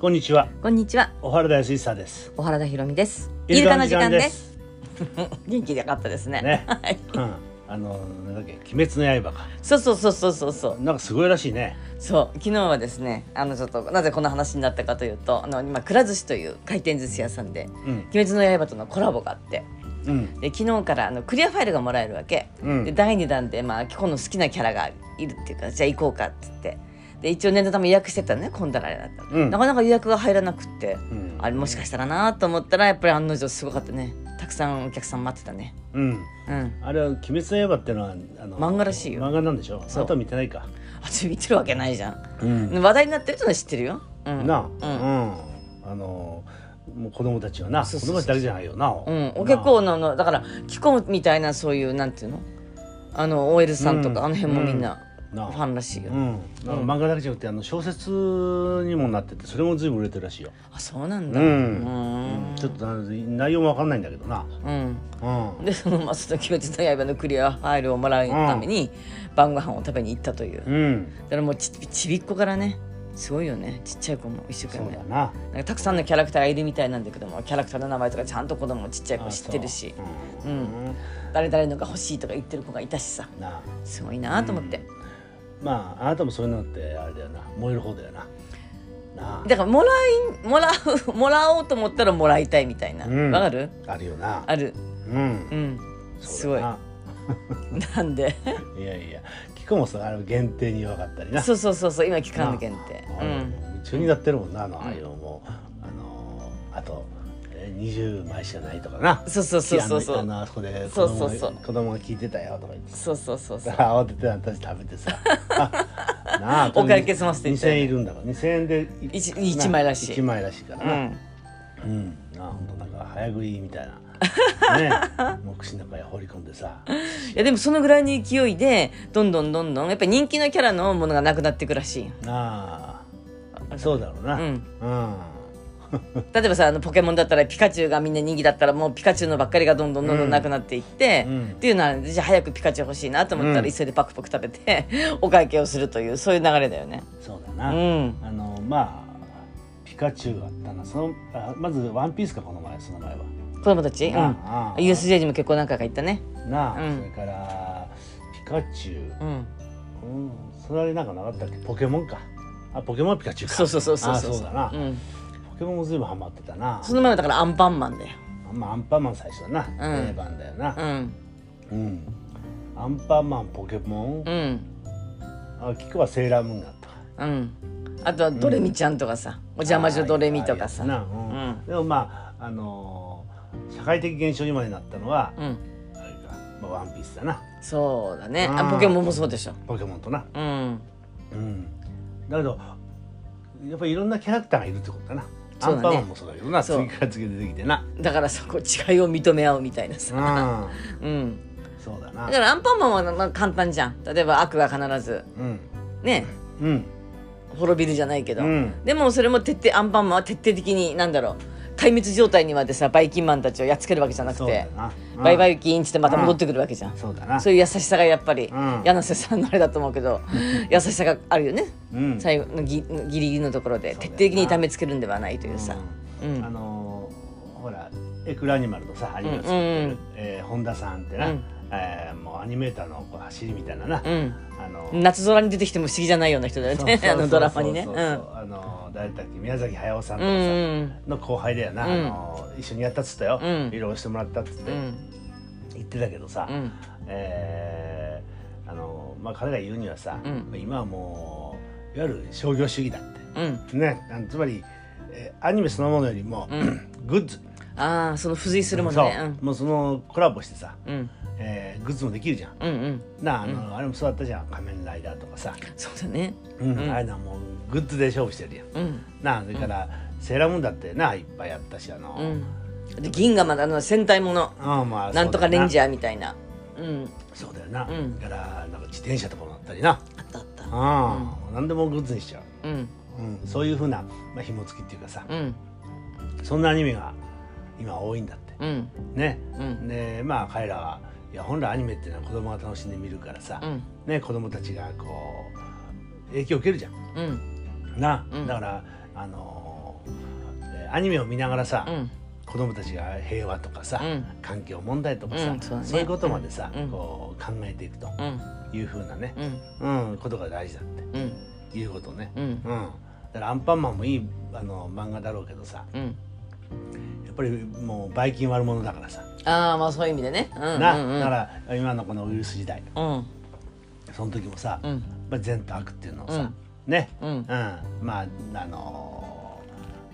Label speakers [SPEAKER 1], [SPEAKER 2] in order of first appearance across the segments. [SPEAKER 1] こんにちは、
[SPEAKER 2] こんにちは、
[SPEAKER 1] 小原大水さです。
[SPEAKER 2] 小原田博美です。
[SPEAKER 1] イ
[SPEAKER 2] イ
[SPEAKER 1] ル
[SPEAKER 2] ル
[SPEAKER 1] カの
[SPEAKER 2] カの
[SPEAKER 1] 時
[SPEAKER 2] 時
[SPEAKER 1] 間
[SPEAKER 2] 間
[SPEAKER 1] で
[SPEAKER 2] です
[SPEAKER 1] す。
[SPEAKER 2] 元気でよかったですね。
[SPEAKER 1] ね
[SPEAKER 2] はい。
[SPEAKER 1] うん、あの、なんだっけ、鬼滅の刃か。
[SPEAKER 2] そうそうそうそうそうそう。
[SPEAKER 1] なんかすごいらしいね。
[SPEAKER 2] そう、昨日はですね、あのちょっとなぜこの話になったかというと、あの今くら寿司という回転寿司屋さんで。
[SPEAKER 1] うん、
[SPEAKER 2] 鬼滅の刃とのコラボがあって
[SPEAKER 1] うん、
[SPEAKER 2] で昨日からあのクリアファイルがもらえるわけ、
[SPEAKER 1] うん
[SPEAKER 2] で第2弾で、まあ、今の好きなキャラがいるっていうからじゃあ行こうかって言ってで一応念のため予約してたのね混んだらあれだった、
[SPEAKER 1] うん
[SPEAKER 2] なかなか予約が入らなくって、
[SPEAKER 1] うん、
[SPEAKER 2] あれもしかしたらなと思ったらやっぱり案の定すごかったねたくさんお客さん待ってたね
[SPEAKER 1] うん。
[SPEAKER 2] うん
[SPEAKER 1] あれは鬼滅の刃ってのは、あの。
[SPEAKER 2] 漫画らしいよ
[SPEAKER 1] 漫画なんでしょ
[SPEAKER 2] そう
[SPEAKER 1] あとは見てないか。
[SPEAKER 2] あちょ見てるわけないじゃん
[SPEAKER 1] うん、
[SPEAKER 2] 話題になってるってのは知ってるよ、うん、
[SPEAKER 1] なあ、う
[SPEAKER 2] うん
[SPEAKER 1] ん、あの、もう子供たちはな、子
[SPEAKER 2] そうそう
[SPEAKER 1] 供
[SPEAKER 2] そう
[SPEAKER 1] たちだけじゃないよな。
[SPEAKER 2] うん、お
[SPEAKER 1] な
[SPEAKER 2] 結構なのだからキコみたいなそういうなんていうのあの OL さんとか、
[SPEAKER 1] うん
[SPEAKER 2] あの辺もみんなフ
[SPEAKER 1] なあ
[SPEAKER 2] ァンらしいよ、
[SPEAKER 1] うん、あの
[SPEAKER 2] うん
[SPEAKER 1] 漫画だけじゃなくてあの小説にもなっててそれもずいぶん売れてるらしいよ、
[SPEAKER 2] あそうなんだ
[SPEAKER 1] うん
[SPEAKER 2] うん
[SPEAKER 1] ちょっとあの内容もわかんないんだけどな、
[SPEAKER 2] うん
[SPEAKER 1] うん、
[SPEAKER 2] でそのまあその鬼滅の刃のクリアファイルをもらうために晩ご飯を食べに行ったという、だ
[SPEAKER 1] うん、
[SPEAKER 2] からもうちちびっこからねすごいよねちっちゃい子も一生懸
[SPEAKER 1] そう
[SPEAKER 2] 命
[SPEAKER 1] だな
[SPEAKER 2] なんかたくさんのキャラクターがいるみたいなんだけどもキャラクターの名前とかちゃんと子供もちっちゃい子知ってるし
[SPEAKER 1] あそう
[SPEAKER 2] う
[SPEAKER 1] うん
[SPEAKER 2] 誰々のが欲しいとか言ってる子がいたしさ
[SPEAKER 1] なあ
[SPEAKER 2] すごいなと思って、
[SPEAKER 1] まああなたもそういうのってあれだよな燃える方だよなな
[SPEAKER 2] だからもらいもらう もらおうと思ったらもらいたいみたいなわ、
[SPEAKER 1] うん
[SPEAKER 2] かる
[SPEAKER 1] ああるよな
[SPEAKER 2] ある
[SPEAKER 1] うん
[SPEAKER 2] うんす
[SPEAKER 1] そう
[SPEAKER 2] ごい
[SPEAKER 1] だな
[SPEAKER 2] なんで
[SPEAKER 1] いやいや聞くもさあの限定に弱かったりな
[SPEAKER 2] そうそうそうそう今期間の限定
[SPEAKER 1] あ
[SPEAKER 2] う
[SPEAKER 1] れ
[SPEAKER 2] ん
[SPEAKER 1] もう夢中になってるもんなあのああいうのもあのあとえー20枚しかないとかな
[SPEAKER 2] そうそうそうそうそ
[SPEAKER 1] あ
[SPEAKER 2] う
[SPEAKER 1] のあのあそこで子
[SPEAKER 2] そう
[SPEAKER 1] 供
[SPEAKER 2] そ
[SPEAKER 1] が
[SPEAKER 2] うそう
[SPEAKER 1] 子供が聞いてたよとか言って
[SPEAKER 2] そうそうそうそう
[SPEAKER 1] 慌てて私食べて さあなあ
[SPEAKER 2] お会計済ませていった
[SPEAKER 1] 2000
[SPEAKER 2] よね
[SPEAKER 1] 円いるんだから2000円で
[SPEAKER 2] 一一枚らしい
[SPEAKER 1] 1枚らしいから
[SPEAKER 2] う
[SPEAKER 1] な、
[SPEAKER 2] ん
[SPEAKER 1] うんなあほんとなんか早食いみたい なねえもう口の中へ放り込んでさ
[SPEAKER 2] いやでもそのぐらいの勢いでどんどんどんどんやっぱり人気のキャラのものがなくなっていくらしいよ
[SPEAKER 1] なあそうだろうな
[SPEAKER 2] う
[SPEAKER 1] うん、
[SPEAKER 2] ん例えばさあのポケモンだったらピカチュウがみんな人気だったらもうピカチュウのばっかりがどんどんどんどんなくなっていって、
[SPEAKER 1] うん
[SPEAKER 2] っていうのはじゃあ早くピカチュウ欲しいなと思った
[SPEAKER 1] う
[SPEAKER 2] ら
[SPEAKER 1] ん
[SPEAKER 2] 急いでパクパク食べてお会計をするというそういう流れだよね。
[SPEAKER 1] そうだ
[SPEAKER 2] う
[SPEAKER 1] な、
[SPEAKER 2] ん、
[SPEAKER 1] あのまあピカチュウがあったなそのあまず「ワンピースかこの前その前は、
[SPEAKER 2] 子供たち、う
[SPEAKER 1] あ
[SPEAKER 2] ん、
[SPEAKER 1] ああ
[SPEAKER 2] USJ にも結構何回か行ったね。
[SPEAKER 1] なあ、
[SPEAKER 2] うん
[SPEAKER 1] それからピカチュウ
[SPEAKER 2] うん、
[SPEAKER 1] うん、それなんかなかったっけポケモンかあポケモンはピカチュウか
[SPEAKER 2] そうそうそうそう
[SPEAKER 1] あそうだな、
[SPEAKER 2] うん、
[SPEAKER 1] ポケモンもずいぶんハマってたな
[SPEAKER 2] その前はだからアンパンマンだよ。
[SPEAKER 1] まあ、アンパンマン最初だな、
[SPEAKER 2] うん
[SPEAKER 1] 定番だよな
[SPEAKER 2] うん、
[SPEAKER 1] うん、アンパンマンポケモン、
[SPEAKER 2] うん、
[SPEAKER 1] あキクはセーラームーンだった
[SPEAKER 2] うん。あとはドレミちゃんとかさ、お邪魔女ドレミとかさ。
[SPEAKER 1] ああいうやつなうん
[SPEAKER 2] うん
[SPEAKER 1] でもまああのー社会的現象にまでなったのは、
[SPEAKER 2] うん、
[SPEAKER 1] あれか、まあ、ワンピースだな
[SPEAKER 2] そうだね。
[SPEAKER 1] うん
[SPEAKER 2] あ、ポケモンもそうでしょ。
[SPEAKER 1] ポケモンとな
[SPEAKER 2] うん、
[SPEAKER 1] うんだけどやっぱりいろんなキャラクターがいるってことだな
[SPEAKER 2] そう
[SPEAKER 1] アン
[SPEAKER 2] だね
[SPEAKER 1] パンマンもそうだけどな
[SPEAKER 2] そう
[SPEAKER 1] 次から次へ出てきてな
[SPEAKER 2] だからそこ違いを認め合うみたいなさ。
[SPEAKER 1] うん
[SPEAKER 2] うん。
[SPEAKER 1] そうだな
[SPEAKER 2] だからアンパンマンはまあ簡単じゃん例えば悪が必ず
[SPEAKER 1] うん
[SPEAKER 2] ね
[SPEAKER 1] うん
[SPEAKER 2] 滅びるじゃないけど、
[SPEAKER 1] うん
[SPEAKER 2] でもそれも徹底アンパンマンは徹底的になんだろう壊滅状態にまでさバイキンマンたちをやっつけるわけじゃなく
[SPEAKER 1] そうだ
[SPEAKER 2] て
[SPEAKER 1] な
[SPEAKER 2] バイバ
[SPEAKER 1] イ
[SPEAKER 2] イキンってまた戻ってくるわけじゃん、
[SPEAKER 1] そうだな
[SPEAKER 2] そういう優しさがやっぱり、
[SPEAKER 1] うん
[SPEAKER 2] 柳瀬さんのあれだと思うけど優しさがあるよね
[SPEAKER 1] うん
[SPEAKER 2] 最後のギギリギリのところで
[SPEAKER 1] そうだ
[SPEAKER 2] 徹
[SPEAKER 1] よな
[SPEAKER 2] 底的に痛めつけるんではないというさ、
[SPEAKER 1] うん
[SPEAKER 2] うん
[SPEAKER 1] あのーほらエクラアニマルのさアニメを作っ
[SPEAKER 2] う
[SPEAKER 1] て
[SPEAKER 2] んう
[SPEAKER 1] る
[SPEAKER 2] ん
[SPEAKER 1] えー本田さんってな
[SPEAKER 2] うん
[SPEAKER 1] えーもうアニメーターのこう走りみたいなな
[SPEAKER 2] うん
[SPEAKER 1] あのー
[SPEAKER 2] 夏空に出てきても不思議じゃないような人だよ
[SPEAKER 1] そう
[SPEAKER 2] ね
[SPEAKER 1] そうそう
[SPEAKER 2] あのドラマにね
[SPEAKER 1] そううんそうそうあのー誰だっけ宮崎駿さんと
[SPEAKER 2] う
[SPEAKER 1] か
[SPEAKER 2] ん
[SPEAKER 1] さ
[SPEAKER 2] うん
[SPEAKER 1] の後輩だよな、
[SPEAKER 2] うん
[SPEAKER 1] あの一緒にやったっつったよ、
[SPEAKER 2] うん
[SPEAKER 1] 色をしてもらったっつって
[SPEAKER 2] うん
[SPEAKER 1] 言ってたけどさ、
[SPEAKER 2] うん
[SPEAKER 1] えーあのまあ、彼が言うにはさ、
[SPEAKER 2] うん
[SPEAKER 1] 今はもういわゆる商業主義だっ
[SPEAKER 2] うん
[SPEAKER 1] てねあのつまり、えーアニメそのものよりも、 グッズ
[SPEAKER 2] ああその付随するもん
[SPEAKER 1] そう
[SPEAKER 2] ね
[SPEAKER 1] もうそのコラボしてさ、
[SPEAKER 2] うんうん
[SPEAKER 1] えーグッズもできるじゃん。
[SPEAKER 2] うんうん
[SPEAKER 1] なああの、あれもそうだったじゃん「仮面ライダー」とかさ、
[SPEAKER 2] そうだね
[SPEAKER 1] うん
[SPEAKER 2] うん
[SPEAKER 1] ああいうのはもうグッズで勝負してるやん。
[SPEAKER 2] うん
[SPEAKER 1] なあそれから、セーラームーンだってないっぱいあったしあの、
[SPEAKER 2] うんで銀河まであの戦隊もの
[SPEAKER 1] ああまあ
[SPEAKER 2] なんとかレンジ
[SPEAKER 1] ャー
[SPEAKER 2] ャーみたいなうん
[SPEAKER 1] そうだよな、
[SPEAKER 2] うん
[SPEAKER 1] だからなんか自転車とかもあったりな
[SPEAKER 2] あったあった
[SPEAKER 1] ああ、ん、何でもグッズにしちゃう、
[SPEAKER 2] うん
[SPEAKER 1] うん、そういうふうな、まあ、紐付きっていうかさ、
[SPEAKER 2] うん
[SPEAKER 1] そんなアニメが今多いんだって
[SPEAKER 2] うん
[SPEAKER 1] ね、
[SPEAKER 2] うん
[SPEAKER 1] でまあ彼らはいや本来アニメっていうのは子供が楽しんで見るからさ、
[SPEAKER 2] うん
[SPEAKER 1] ね、子供たちがこう影響を受けるじゃん
[SPEAKER 2] うん
[SPEAKER 1] な、
[SPEAKER 2] うん
[SPEAKER 1] だからあのアニメを見ながらさ、
[SPEAKER 2] うん
[SPEAKER 1] 子供たちが平和とかさ、
[SPEAKER 2] うん
[SPEAKER 1] 環境問題とかさ、
[SPEAKER 2] うんそ
[SPEAKER 1] そうう
[SPEAKER 2] だね
[SPEAKER 1] いうことまでさ、
[SPEAKER 2] うん
[SPEAKER 1] こう考えていくと
[SPEAKER 2] うん
[SPEAKER 1] いうふうなね、
[SPEAKER 2] うん
[SPEAKER 1] うんことが大事だっ
[SPEAKER 2] うん
[SPEAKER 1] ていうことね。
[SPEAKER 2] うん
[SPEAKER 1] うんだからアンパンマンもいいあの漫画だろうけどさ
[SPEAKER 2] うん
[SPEAKER 1] やっぱりもうばい菌悪者だからさ、
[SPEAKER 2] ああまあそういう意味でねうん
[SPEAKER 1] な
[SPEAKER 2] うんうん
[SPEAKER 1] だから今のこのウイルス時代
[SPEAKER 2] うん
[SPEAKER 1] その時もさ、
[SPEAKER 2] うん
[SPEAKER 1] まあ、善と悪っていうのをさ、
[SPEAKER 2] うん
[SPEAKER 1] ね、
[SPEAKER 2] うん
[SPEAKER 1] まああのー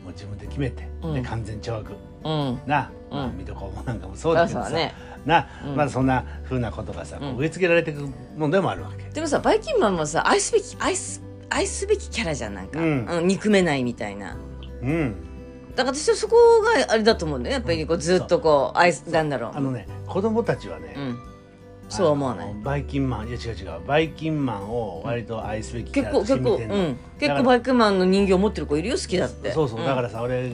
[SPEAKER 1] もう自分で決めて、
[SPEAKER 2] うん
[SPEAKER 1] で完全懲悪
[SPEAKER 2] うん
[SPEAKER 1] な、
[SPEAKER 2] うん
[SPEAKER 1] まあ、水戸黄門なんかもそうだけど
[SPEAKER 2] そ
[SPEAKER 1] さ、
[SPEAKER 2] うだね
[SPEAKER 1] な、
[SPEAKER 2] うん
[SPEAKER 1] まあそんなふうなことがさ、こう
[SPEAKER 2] うん
[SPEAKER 1] 植え付けられていくもんでもあるわけ。
[SPEAKER 2] でもさバイキンマンもさ愛すべき愛す愛すべきキャラじゃんなんか、
[SPEAKER 1] うん
[SPEAKER 2] うん憎めないみたいな
[SPEAKER 1] うん、
[SPEAKER 2] だから私はそこがあれだと思うんだよやっぱりこうずっとこう愛すなんだろう
[SPEAKER 1] あのね子供たちはね、
[SPEAKER 2] うんそうは思わな
[SPEAKER 1] あの
[SPEAKER 2] い
[SPEAKER 1] バイキンマンいや違う違うバイキンマンを割と愛すべきキャ
[SPEAKER 2] 結
[SPEAKER 1] ラ
[SPEAKER 2] 構
[SPEAKER 1] として
[SPEAKER 2] 結構
[SPEAKER 1] 見
[SPEAKER 2] う
[SPEAKER 1] てんの
[SPEAKER 2] ん結
[SPEAKER 1] だか
[SPEAKER 2] 構
[SPEAKER 1] ら
[SPEAKER 2] バイクマンの人形持ってる子いるよ好きだって
[SPEAKER 1] そうそう、
[SPEAKER 2] ん
[SPEAKER 1] だからさ俺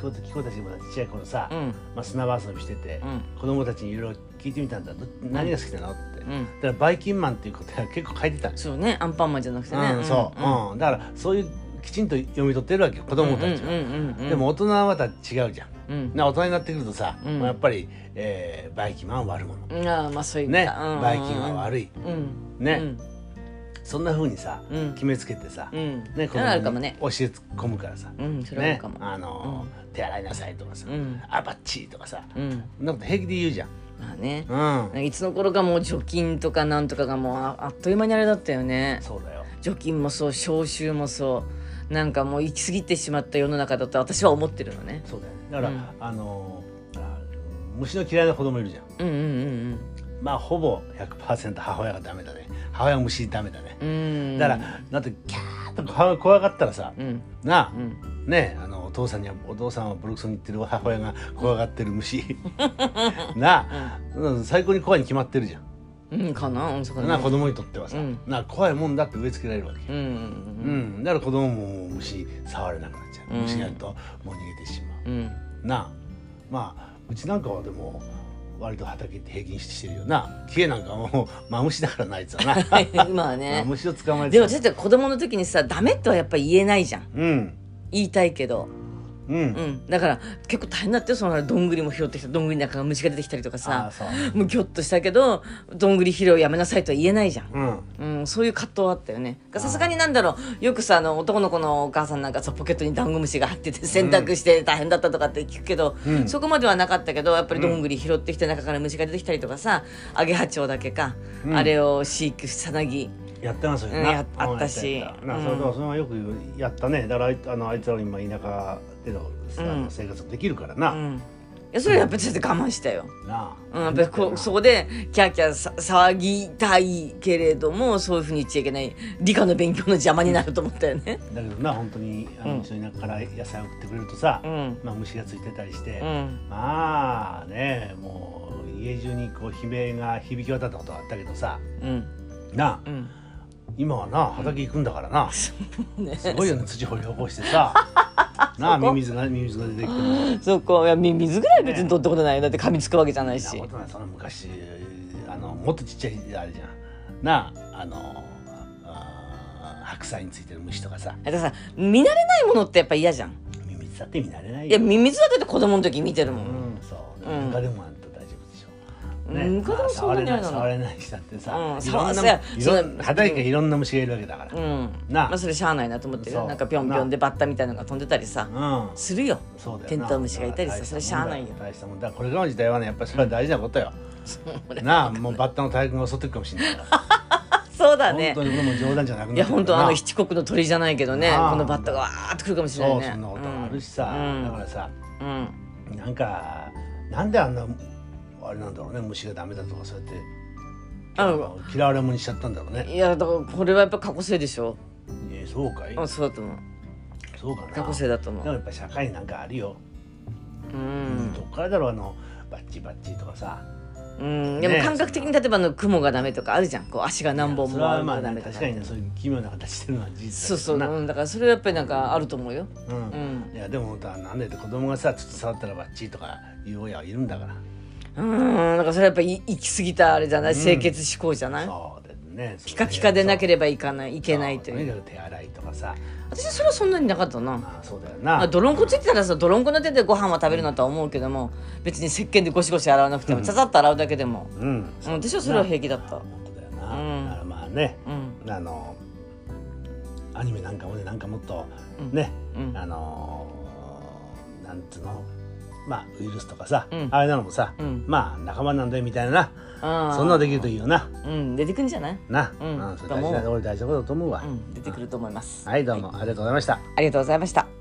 [SPEAKER 1] こう子たちもさちっちゃい頃さ、
[SPEAKER 2] うん
[SPEAKER 1] まあ、砂場遊びしてて、
[SPEAKER 2] うん
[SPEAKER 1] 子供たちにいろいろ聞いてみたんだど何が好きなのって、
[SPEAKER 2] う
[SPEAKER 1] だか
[SPEAKER 2] ん
[SPEAKER 1] らバイキンマンっていうことは 結構書いてたんです
[SPEAKER 2] そうねアンパンマンじゃなくて
[SPEAKER 1] よ、
[SPEAKER 2] ね、
[SPEAKER 1] うん、そう、うんだからそういうきちんと読み取ってるわけよ子供たちは、
[SPEAKER 2] うんうんうんうん
[SPEAKER 1] でも大人はまた違うじゃん
[SPEAKER 2] うん
[SPEAKER 1] な大人になってくるとさ、
[SPEAKER 2] うん
[SPEAKER 1] まあやっぱり、えーバイキンマンは悪者
[SPEAKER 2] うんああまあそういう
[SPEAKER 1] ね、
[SPEAKER 2] うん
[SPEAKER 1] バイキンは悪い
[SPEAKER 2] うん
[SPEAKER 1] ね、
[SPEAKER 2] うん
[SPEAKER 1] そんな風にさ、
[SPEAKER 2] うん
[SPEAKER 1] 決めつけてさ、
[SPEAKER 2] うん
[SPEAKER 1] ね
[SPEAKER 2] それはあるかもね
[SPEAKER 1] 教え込むからさ、
[SPEAKER 2] うんそれはある
[SPEAKER 1] ね
[SPEAKER 2] かも、
[SPEAKER 1] あのー手洗いなさいとかさ、
[SPEAKER 2] うん
[SPEAKER 1] あばっちーとかさ、
[SPEAKER 2] うん
[SPEAKER 1] そんなこと平気で言うじゃん。
[SPEAKER 2] まあね
[SPEAKER 1] うん、
[SPEAKER 2] いつの頃かもう除菌とかなんとかがもうああっという間にあれだったよね
[SPEAKER 1] そうだよ。
[SPEAKER 2] 除菌もそう消臭もそうなんかもう行き過ぎてしまった世の中だと私は思ってるのね
[SPEAKER 1] そうだよ。だから、
[SPEAKER 2] う
[SPEAKER 1] あ
[SPEAKER 2] ん
[SPEAKER 1] のーあ虫の嫌いな子供いるじゃん。
[SPEAKER 2] うんうん
[SPEAKER 1] まあほぼ100%母親がダメだね。母親は虫ダメだね。
[SPEAKER 2] うんうんうん
[SPEAKER 1] だから、だってキャーとか怖がったらさ、
[SPEAKER 2] うん
[SPEAKER 1] なあ、
[SPEAKER 2] うん
[SPEAKER 1] ねあのお父さんにはお父さんはブロックソンに行ってる母親が怖がってる 虫なあ、うん最高に怖いに決まってるじゃん、
[SPEAKER 2] うんかなうんそうか
[SPEAKER 1] なあ
[SPEAKER 2] な
[SPEAKER 1] 子供にとってはさ、
[SPEAKER 2] うん
[SPEAKER 1] なあ怖いもんだって植え付けられるわけ、
[SPEAKER 2] うん
[SPEAKER 1] うんだから子供ももう虫触れなくなっちゃう、
[SPEAKER 2] うん
[SPEAKER 1] 虫やるともう逃げてしま
[SPEAKER 2] うんうんうん
[SPEAKER 1] うなあまあうちなんかはでも割と畑って平均してるよなキエなんかもうマムシだからなあいつはな
[SPEAKER 2] 今は ね
[SPEAKER 1] マムシを捕まえて
[SPEAKER 2] でもちょっと子供の時にさダメとはやっぱ言えないじゃん
[SPEAKER 1] うん
[SPEAKER 2] 言いたいけど、
[SPEAKER 1] うん、
[SPEAKER 2] うん、だから結構大変だったよそのどんぐりも拾ってきたどんぐりの中から虫が出てきたりとか
[SPEAKER 1] ああ
[SPEAKER 2] さ
[SPEAKER 1] そう
[SPEAKER 2] もうギョッとしたけどどんぐり拾いをやめなさいとは言えないじゃん、
[SPEAKER 1] うん
[SPEAKER 2] うん、そういう葛藤はあったよねさすがになんだろうよくさあの男の子のお母さんなんかさポケットにダンゴムシが入ってて洗濯して大変だったとかって聞くけど、
[SPEAKER 1] うん
[SPEAKER 2] そこまではなかったけどやっぱりどんぐり拾ってきた中から虫が出てきたりとかさアゲハチョウだけか、
[SPEAKER 1] うん
[SPEAKER 2] あれを飼育さなぎ
[SPEAKER 1] やってますよ
[SPEAKER 2] うん
[SPEAKER 1] な
[SPEAKER 2] やあったし
[SPEAKER 1] やったやったな
[SPEAKER 2] うん
[SPEAKER 1] それとそれはよく言うやったねだからあいあのあいつらの今田舎でのさ
[SPEAKER 2] うん
[SPEAKER 1] 生活ができるから
[SPEAKER 2] う
[SPEAKER 1] な、
[SPEAKER 2] ん、いやそれはやっぱちょっと我慢したよ。
[SPEAKER 1] な
[SPEAKER 2] うん、やっぱりこうそこでキャーキャーさ騒ぎたいけれどもそういうふうに言っちゃいけない理科の勉強の邪魔になると思ったよね。
[SPEAKER 1] だけどな本当にあ
[SPEAKER 2] う
[SPEAKER 1] の
[SPEAKER 2] ん
[SPEAKER 1] うちの田舎から野菜を送ってくれるとさ、
[SPEAKER 2] うん
[SPEAKER 1] まあ虫がついてたりして、
[SPEAKER 2] うん
[SPEAKER 1] まあねもう家中にこう悲鳴が響き渡ったことはあったけどさ
[SPEAKER 2] うん
[SPEAKER 1] なあ
[SPEAKER 2] うん
[SPEAKER 1] 今はな畑行くんだからな、
[SPEAKER 2] ね、
[SPEAKER 1] すごいよね土掘り起こして さなあミミズがミミズが出てきても
[SPEAKER 2] そこいやみ水ぐらい別に取ったことないよだって噛みつくわけじゃない
[SPEAKER 1] そん
[SPEAKER 2] し
[SPEAKER 1] なことないその昔あのもっとちっちゃいあれじゃんなああのあー白菜についてる虫とかさ
[SPEAKER 2] だからさ見慣れないものってやっぱ嫌じゃん
[SPEAKER 1] ミミズだって見慣れない
[SPEAKER 2] い
[SPEAKER 1] よ
[SPEAKER 2] やミミズはだって子供の時見てる
[SPEAKER 1] う
[SPEAKER 2] もん、
[SPEAKER 1] んそう
[SPEAKER 2] うん
[SPEAKER 1] 他でもあんた大丈夫でしょ
[SPEAKER 2] うん他でもそんなに
[SPEAKER 1] まあ触れ
[SPEAKER 2] あれ
[SPEAKER 1] い
[SPEAKER 2] な
[SPEAKER 1] 触れ
[SPEAKER 2] の
[SPEAKER 1] ないしだってさ、
[SPEAKER 2] うん
[SPEAKER 1] いろん
[SPEAKER 2] そうそうや
[SPEAKER 1] な色ん
[SPEAKER 2] そう
[SPEAKER 1] 肌にはいろんな虫がいるわけだから
[SPEAKER 2] う、ん
[SPEAKER 1] なあ
[SPEAKER 2] まあ、それしゃあないなと思ってる
[SPEAKER 1] そ
[SPEAKER 2] よ
[SPEAKER 1] う
[SPEAKER 2] なんかぴょんぴょんでバッタみたいなのが飛んでたりさ
[SPEAKER 1] うん
[SPEAKER 2] するよ
[SPEAKER 1] そうだよな
[SPEAKER 2] テントウムシがいたりさそれしゃあないよ
[SPEAKER 1] だ大したもんだこれからの時代はねやっぱりそれは大事なことよ、なあもうバッタの大群が襲ってくかもしれないか
[SPEAKER 2] そうだ
[SPEAKER 1] ら、
[SPEAKER 2] ね
[SPEAKER 1] 本当にこれもう冗談じゃなくなっ
[SPEAKER 2] い
[SPEAKER 1] ちゃ
[SPEAKER 2] や
[SPEAKER 1] うから
[SPEAKER 2] 本当あの
[SPEAKER 1] な
[SPEAKER 2] 七国の鳥じゃないけどね
[SPEAKER 1] なあ
[SPEAKER 2] このバッタがわーってくるかもしれな
[SPEAKER 1] そ
[SPEAKER 2] いうね
[SPEAKER 1] そんなこともあるしさ、
[SPEAKER 2] うん
[SPEAKER 1] だからさ
[SPEAKER 2] うん
[SPEAKER 1] なんかなんであんなあれなんだろうね虫がダメだとかそうやって
[SPEAKER 2] あ
[SPEAKER 1] 嫌われ者にしちゃったんだろう
[SPEAKER 2] うん
[SPEAKER 1] ね
[SPEAKER 2] いやだからこれはやっぱ過去性でしょ
[SPEAKER 1] えそうかい、
[SPEAKER 2] うんそうだと思う
[SPEAKER 1] そうかな
[SPEAKER 2] 過去性だと思
[SPEAKER 1] でも
[SPEAKER 2] う
[SPEAKER 1] やっぱ社会なんかあるよ、
[SPEAKER 2] う
[SPEAKER 1] うん
[SPEAKER 2] ん、
[SPEAKER 1] どっからだろうあのバッチバッチとかさ
[SPEAKER 2] うん、でも
[SPEAKER 1] ね
[SPEAKER 2] 感覚的に例えばあの雲がダメとかあるじゃんこう足が何本
[SPEAKER 1] そ
[SPEAKER 2] も
[SPEAKER 1] れ
[SPEAKER 2] あ
[SPEAKER 1] は
[SPEAKER 2] る
[SPEAKER 1] まあ
[SPEAKER 2] のがダメ
[SPEAKER 1] ね
[SPEAKER 2] とか
[SPEAKER 1] 確かにねそういう奇妙な形してるのは事実
[SPEAKER 2] そ
[SPEAKER 1] だ
[SPEAKER 2] うそう、
[SPEAKER 1] けどな
[SPEAKER 2] うん、だからそれはやっぱりなんかあると思うよ
[SPEAKER 1] うん
[SPEAKER 2] うん
[SPEAKER 1] いやでも本当はなんでって子供がさちょっと触ったらバッチとか言う親はいるんだから
[SPEAKER 2] うんだからそれはやっぱい行き過ぎたあれじゃない清潔志向じゃない、
[SPEAKER 1] そうでんね
[SPEAKER 2] ピカピカでなけ
[SPEAKER 1] れ
[SPEAKER 2] ればいかないいけないという
[SPEAKER 1] 手洗いとかさ
[SPEAKER 2] 私はそれはそんなになかったな
[SPEAKER 1] まあそうだよな
[SPEAKER 2] まあ、泥んこついてたらさ泥んこの手でご飯は食べるなとは思うけども別に石鹸でゴシゴシ洗わなくてもちゃちゃっと洗うだけでも、
[SPEAKER 1] うん
[SPEAKER 2] うん、私はそれは平気だった、
[SPEAKER 1] そうだよな、
[SPEAKER 2] うん
[SPEAKER 1] だからまあね
[SPEAKER 2] うん
[SPEAKER 1] あのアニメなんかもねなんかもっと
[SPEAKER 2] うん
[SPEAKER 1] ね、
[SPEAKER 2] うん
[SPEAKER 1] あのーなんつうのまあウイルスとかさ、
[SPEAKER 2] うん
[SPEAKER 1] あれなのもさ、
[SPEAKER 2] うん
[SPEAKER 1] まあ仲間なんだよみたいな
[SPEAKER 2] あー
[SPEAKER 1] そんなのできるといいよな
[SPEAKER 2] うん出てくるんじゃない、
[SPEAKER 1] な、
[SPEAKER 2] うん
[SPEAKER 1] それ大事
[SPEAKER 2] と
[SPEAKER 1] な俺大事なことだと思うわ、
[SPEAKER 2] うん、出てくると思います、
[SPEAKER 1] はいどうもありがとうございました
[SPEAKER 2] ありがとうございました